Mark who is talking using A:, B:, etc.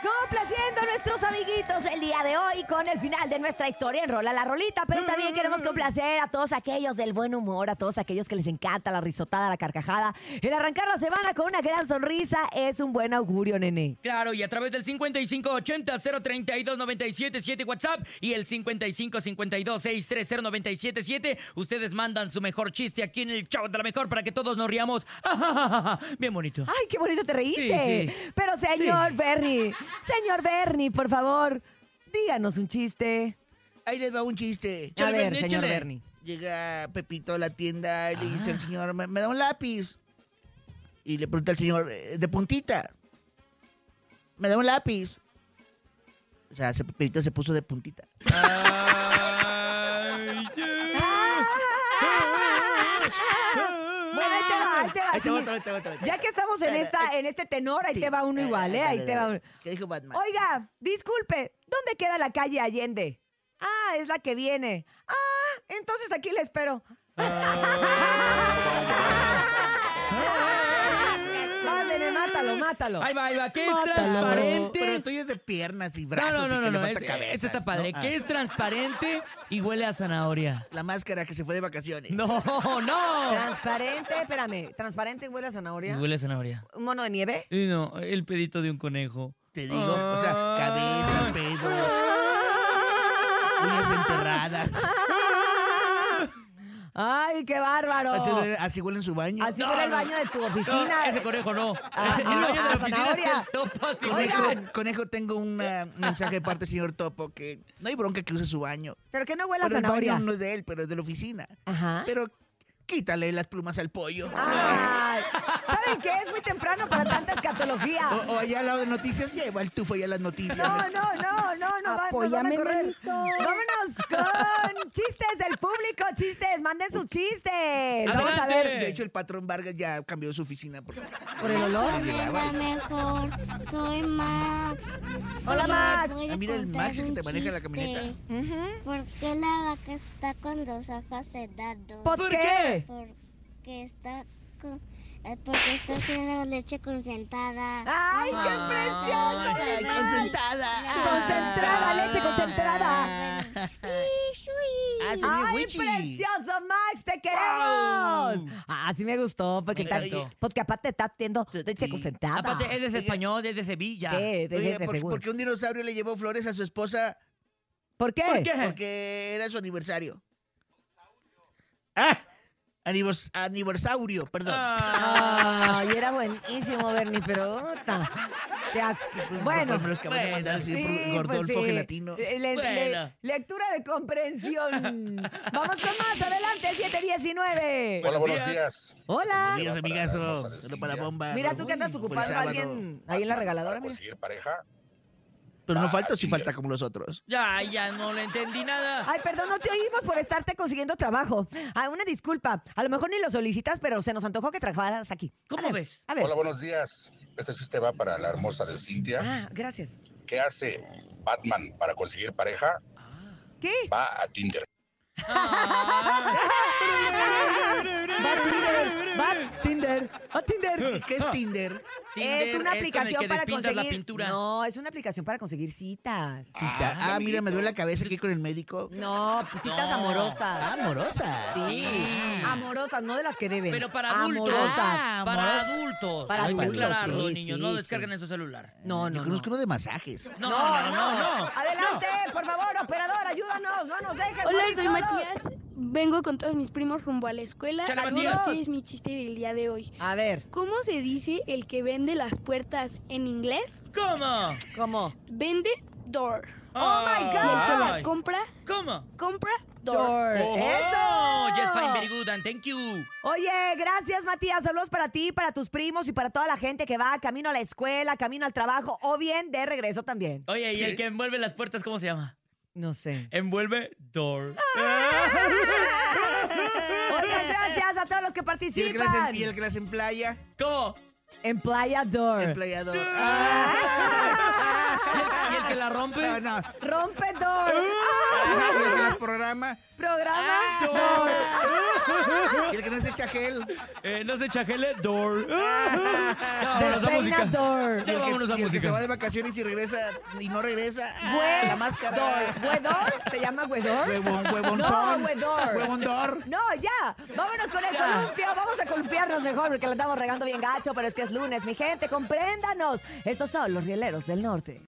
A: Complaciendo a nuestros amiguitos el día de hoy con el final de nuestra historia en Rola la Rolita, pero también
B: Mm.
A: queremos complacer a todos aquellos del buen humor, a todos aquellos que les encanta la risotada, la carcajada. El arrancar la semana con una gran sonrisa es un buen augurio, nene.
B: Claro, y a través del 5580-032-977 WhatsApp y el 5552-630-977, ustedes mandan su mejor chiste aquí en el Chavo de la Mejor para que todos nos riamos. Bien bonito.
A: Ay, qué bonito te reíste.
B: Sí, sí.
A: Pero señor Bernie, señor Bernie, por favor, díganos un chiste.
C: Ahí les va un chiste.
A: A
B: Échale,
A: ver,
B: Bernie,
A: señor
B: échale.
A: Bernie.
C: Llega Pepito a la tienda y le dice al señor, ¿Me, me da un lápiz. Y le pregunta al señor, "Eh, de puntita. ¿Me da un lápiz? O sea, se- Pepito se puso de puntita.
B: Ay,
A: Ah.
B: yeah.
A: Bueno, ahí te va, ahí te va,
C: Ahí te va
A: sí.
C: otro, ahí te va otro, ahí te va
A: Ya que estamos en
C: este Dale,
A: esta, en este tenor, ahí
C: Sí,
A: te va uno
C: dale,
A: igual, ¿eh?
C: dale,
A: Ahí
C: dale,
A: te va
C: dale.
A: uno.
C: ¿Qué dijo Batman?
A: Oiga, disculpe, ¿dónde queda la calle Allende? Ah, es la que viene. Ah, entonces aquí le espero. Mátale, mátalo, mátalo.
B: Ahí va, ahí va, que es
C: Mátalo.
B: transparente.
C: Pero el tuyo es de piernas y brazos y que le falta
B: es-
C: cabezas,
B: ese está padre.
C: ¿no?
B: Que es transparente y huele a zanahoria.
C: Ah, La máscara que se fue de vacaciones.
B: No, no.
A: Transparente, espérame, transparente huele a
B: Y
A: zanahoria.
B: huele a zanahoria.
A: ¿Un mono de nieve?
B: Y no, el pedito de un conejo.
C: Te digo, o sea,
B: Ah.
C: cabezas, pedos, uñas enterradas.
A: Ay, qué bárbaro.
C: Así,
A: Así
C: así huele en su baño.
B: No,
A: huele el
B: no,
A: baño de tu
B: No,
A: oficina.
B: ese conejo no.
A: Ah,
B: el
A: ah,
B: dueño de
A: ah,
B: la oficina es
A: zanahoria.
B: el topo. tío.
C: Conejo,
A: Oigan.
C: conejo, tengo una- un mensaje de parte del señor Topo que no hay bronca que use su baño.
A: Pero que no huele a
C: Bueno, el
A: zanahoria. Ah.
C: baño no es de él, pero es de la oficina.
A: Ajá.
C: Pero quítale las plumas al pollo.
A: Ah. Ay, ¿saben qué? Es muy temprano para tanta escatología.
C: O, o allá al lado de noticias, lleva el tufo allá a las noticias.
A: No, no, no, no, no. va- nos van a
D: Apóyame,
A: correr.
D: Benito.
A: Vámonos con chistes del público, chistes. Manden sus chistes. Vamos a ver.
C: De hecho, el patrón Vargas ya cambió su oficina. Porque...
A: Por el olor.
E: Soy la mejor. Soy Max.
A: Hola,
E: Oye,
A: Max.
E: voy a
C: Ah, mira, el
E: contar
C: Max es el
E: un
C: que te maneja la camioneta.
E: chiste.
A: Ujú.
E: ¿Por qué la vaca está con dos ojos de dado?
A: ¿Por qué?
E: Porque está con- eh, Porque está haciendo leche concentrada.
A: ¡Ay, qué
C: Ay,
A: precioso!
C: ay, concentrada. Ah.
A: Concentrada, leche concentrada.
E: Y shui.
C: Ah, señor
A: ¡Ay,
C: Wichi.
A: precioso, Max! ¡Te queremos! Ah, sí me gustó, porque,
B: Me
A: tal-
B: encantó.
A: porque aparte está haciendo
C: Sí.
A: leche concentrada.
B: Aparte, Ah, pues, eh, es de español, es de Sevilla.
A: ¿Qué? De- de-
C: Oye,
A: de
C: ¿por,
A: seguro.
C: por qué un dinosaurio le llevó flores a su esposa?
A: ¿Por qué?
B: ¿Por qué?
C: Porque era su aniversario. Ah, anivers- aniversaurio, perdón.
A: Ah.
B: Ah.
A: Ay, era buenísimo, Bernie, pero... ta, te ac-
C: Pues,
A: bueno,
C: Me los acabas de
B: bueno,
C: mandar al señor
A: Sí,
C: Gordolfo
A: pues sí.
C: Gelatino.
A: Le- le-
B: Bueno.
A: le- lectura de comprensión. Vamos con más, adelante, 719.
F: Hola, buenos días.
A: Hola.
C: Buenos días,
F: Para
C: Pues, amigazo.
F: Rafa
C: Solo para
F: Salcilla.
C: bomba.
A: Mira tú que andas
C: Uy, fue el
A: ocupando a
C: sábado. Ah, pues
A: alguien ahí en la regaladora.
F: Ah, Para
A: mira.
F: conseguir pareja,
C: Pero no falta
F: Ah,
C: si
F: sí.
C: falta como los otros.
B: Ya, ya no le entendí nada.
A: Ay, perdón, no te oímos por estarte consiguiendo trabajo. Ah, una disculpa. A lo mejor ni lo solicitas, pero se nos antojó que trabajaras aquí.
B: ¿Cómo
A: A ver,
B: ves?
A: A ver.
F: Hola, buenos días. Este chiste va para la hermosa de Cintia.
A: Ah, gracias.
F: ¿Qué hace Batman para conseguir pareja?
A: ¿Qué?
F: Va a Tinder.
B: Ah,
A: Va a Tinder, va a Ah, Tinder, a Tinder.
C: ¿Qué es Tinder?
B: Tinder
A: es una
B: con el
A: aplicación
B: que
A: para
B: despintas
A: conseguir.
B: la pintura.
A: No, es una aplicación para conseguir citas.
C: Cita. Ah, mira, me duele la cabeza aquí con el médico.
A: No, pues, citas
B: No.
A: amorosas.
C: Ah, amorosa.
B: Sí.
A: Amorosas, no de las que deben.
B: Pero para adultos.
A: Amorosas.
C: Ah,
B: para
C: amorosas.
B: adultos.
A: Para
B: Hay que
C: adultos,
B: aclararlo,
A: sí,
B: niños.
A: sí,
B: no
A: sí.
B: descarguen en su celular.
A: No, no,
C: Yo conozco
A: no.
C: uno de masajes.
B: No, no, no. no,
A: Adelante, por favor, operador, ayúdanos, no nos dejes.
G: Hola,
A: morir
G: soy
A: solos.
G: Matías. Vengo con todos mis primos rumbo a la escuela.
B: Chale,
G: Y
B: Matías.
G: Este es mi chiste del día de hoy.
A: A ver,
G: ¿Cómo se dice el que vende las puertas en inglés?
B: ¿Cómo?
A: ¿cómo?
G: Vende door.
A: Oh, my God.
G: Y el que
B: Ay,
G: las compra,
B: ¿Cómo?
G: compra door.
A: Door.
B: Oh,
A: ¡Eso!
B: Yes, fine, very good, and thank you.
A: Oye, gracias Matías. Saludos para ti, para tus primos y para toda la gente que va camino a la escuela, camino al trabajo o bien de regreso también.
B: Oye, ¿y el que envuelve las puertas cómo se llama?
A: No sé.
B: Envuelve door.
A: Oye, gracias a todos los que
C: ¿Y el que las
A: participan.
C: en, y el que las en playa?
B: ¿Cómo?
A: En Playa Door.
C: Empleador. Ah,
B: ¿Y el que la rompe?
C: no, no.
A: Rompe Door. ¡Ah!
C: Ajá, pero no es programa.
A: Programa.
B: Door.
C: Ah, Quiere que no se echa gel.
B: Eh, no se echa gel, eh, Door. Ya vámonos a música.
A: Despeinador.
C: Y
B: Ya
C: el que-
B: vámonos a
C: y el que se va
B: música.
C: de vacaciones y regresa y no regresa. ah,
A: Güey,
C: la máscara.
A: Dor. ¿Huedor? ¿Se llama Huedor?
C: Huevón,
A: No,
C: huevonzón.
A: Huedor.
C: Huevondor.
A: No, ya. Vámonos con el
B: Ya.
A: columpio. Vamos a columpiarnos mejor porque la andamos regando bien gacho, pero es que es lunes, mi gente. Compréndanos. Estos son los rieleros del norte.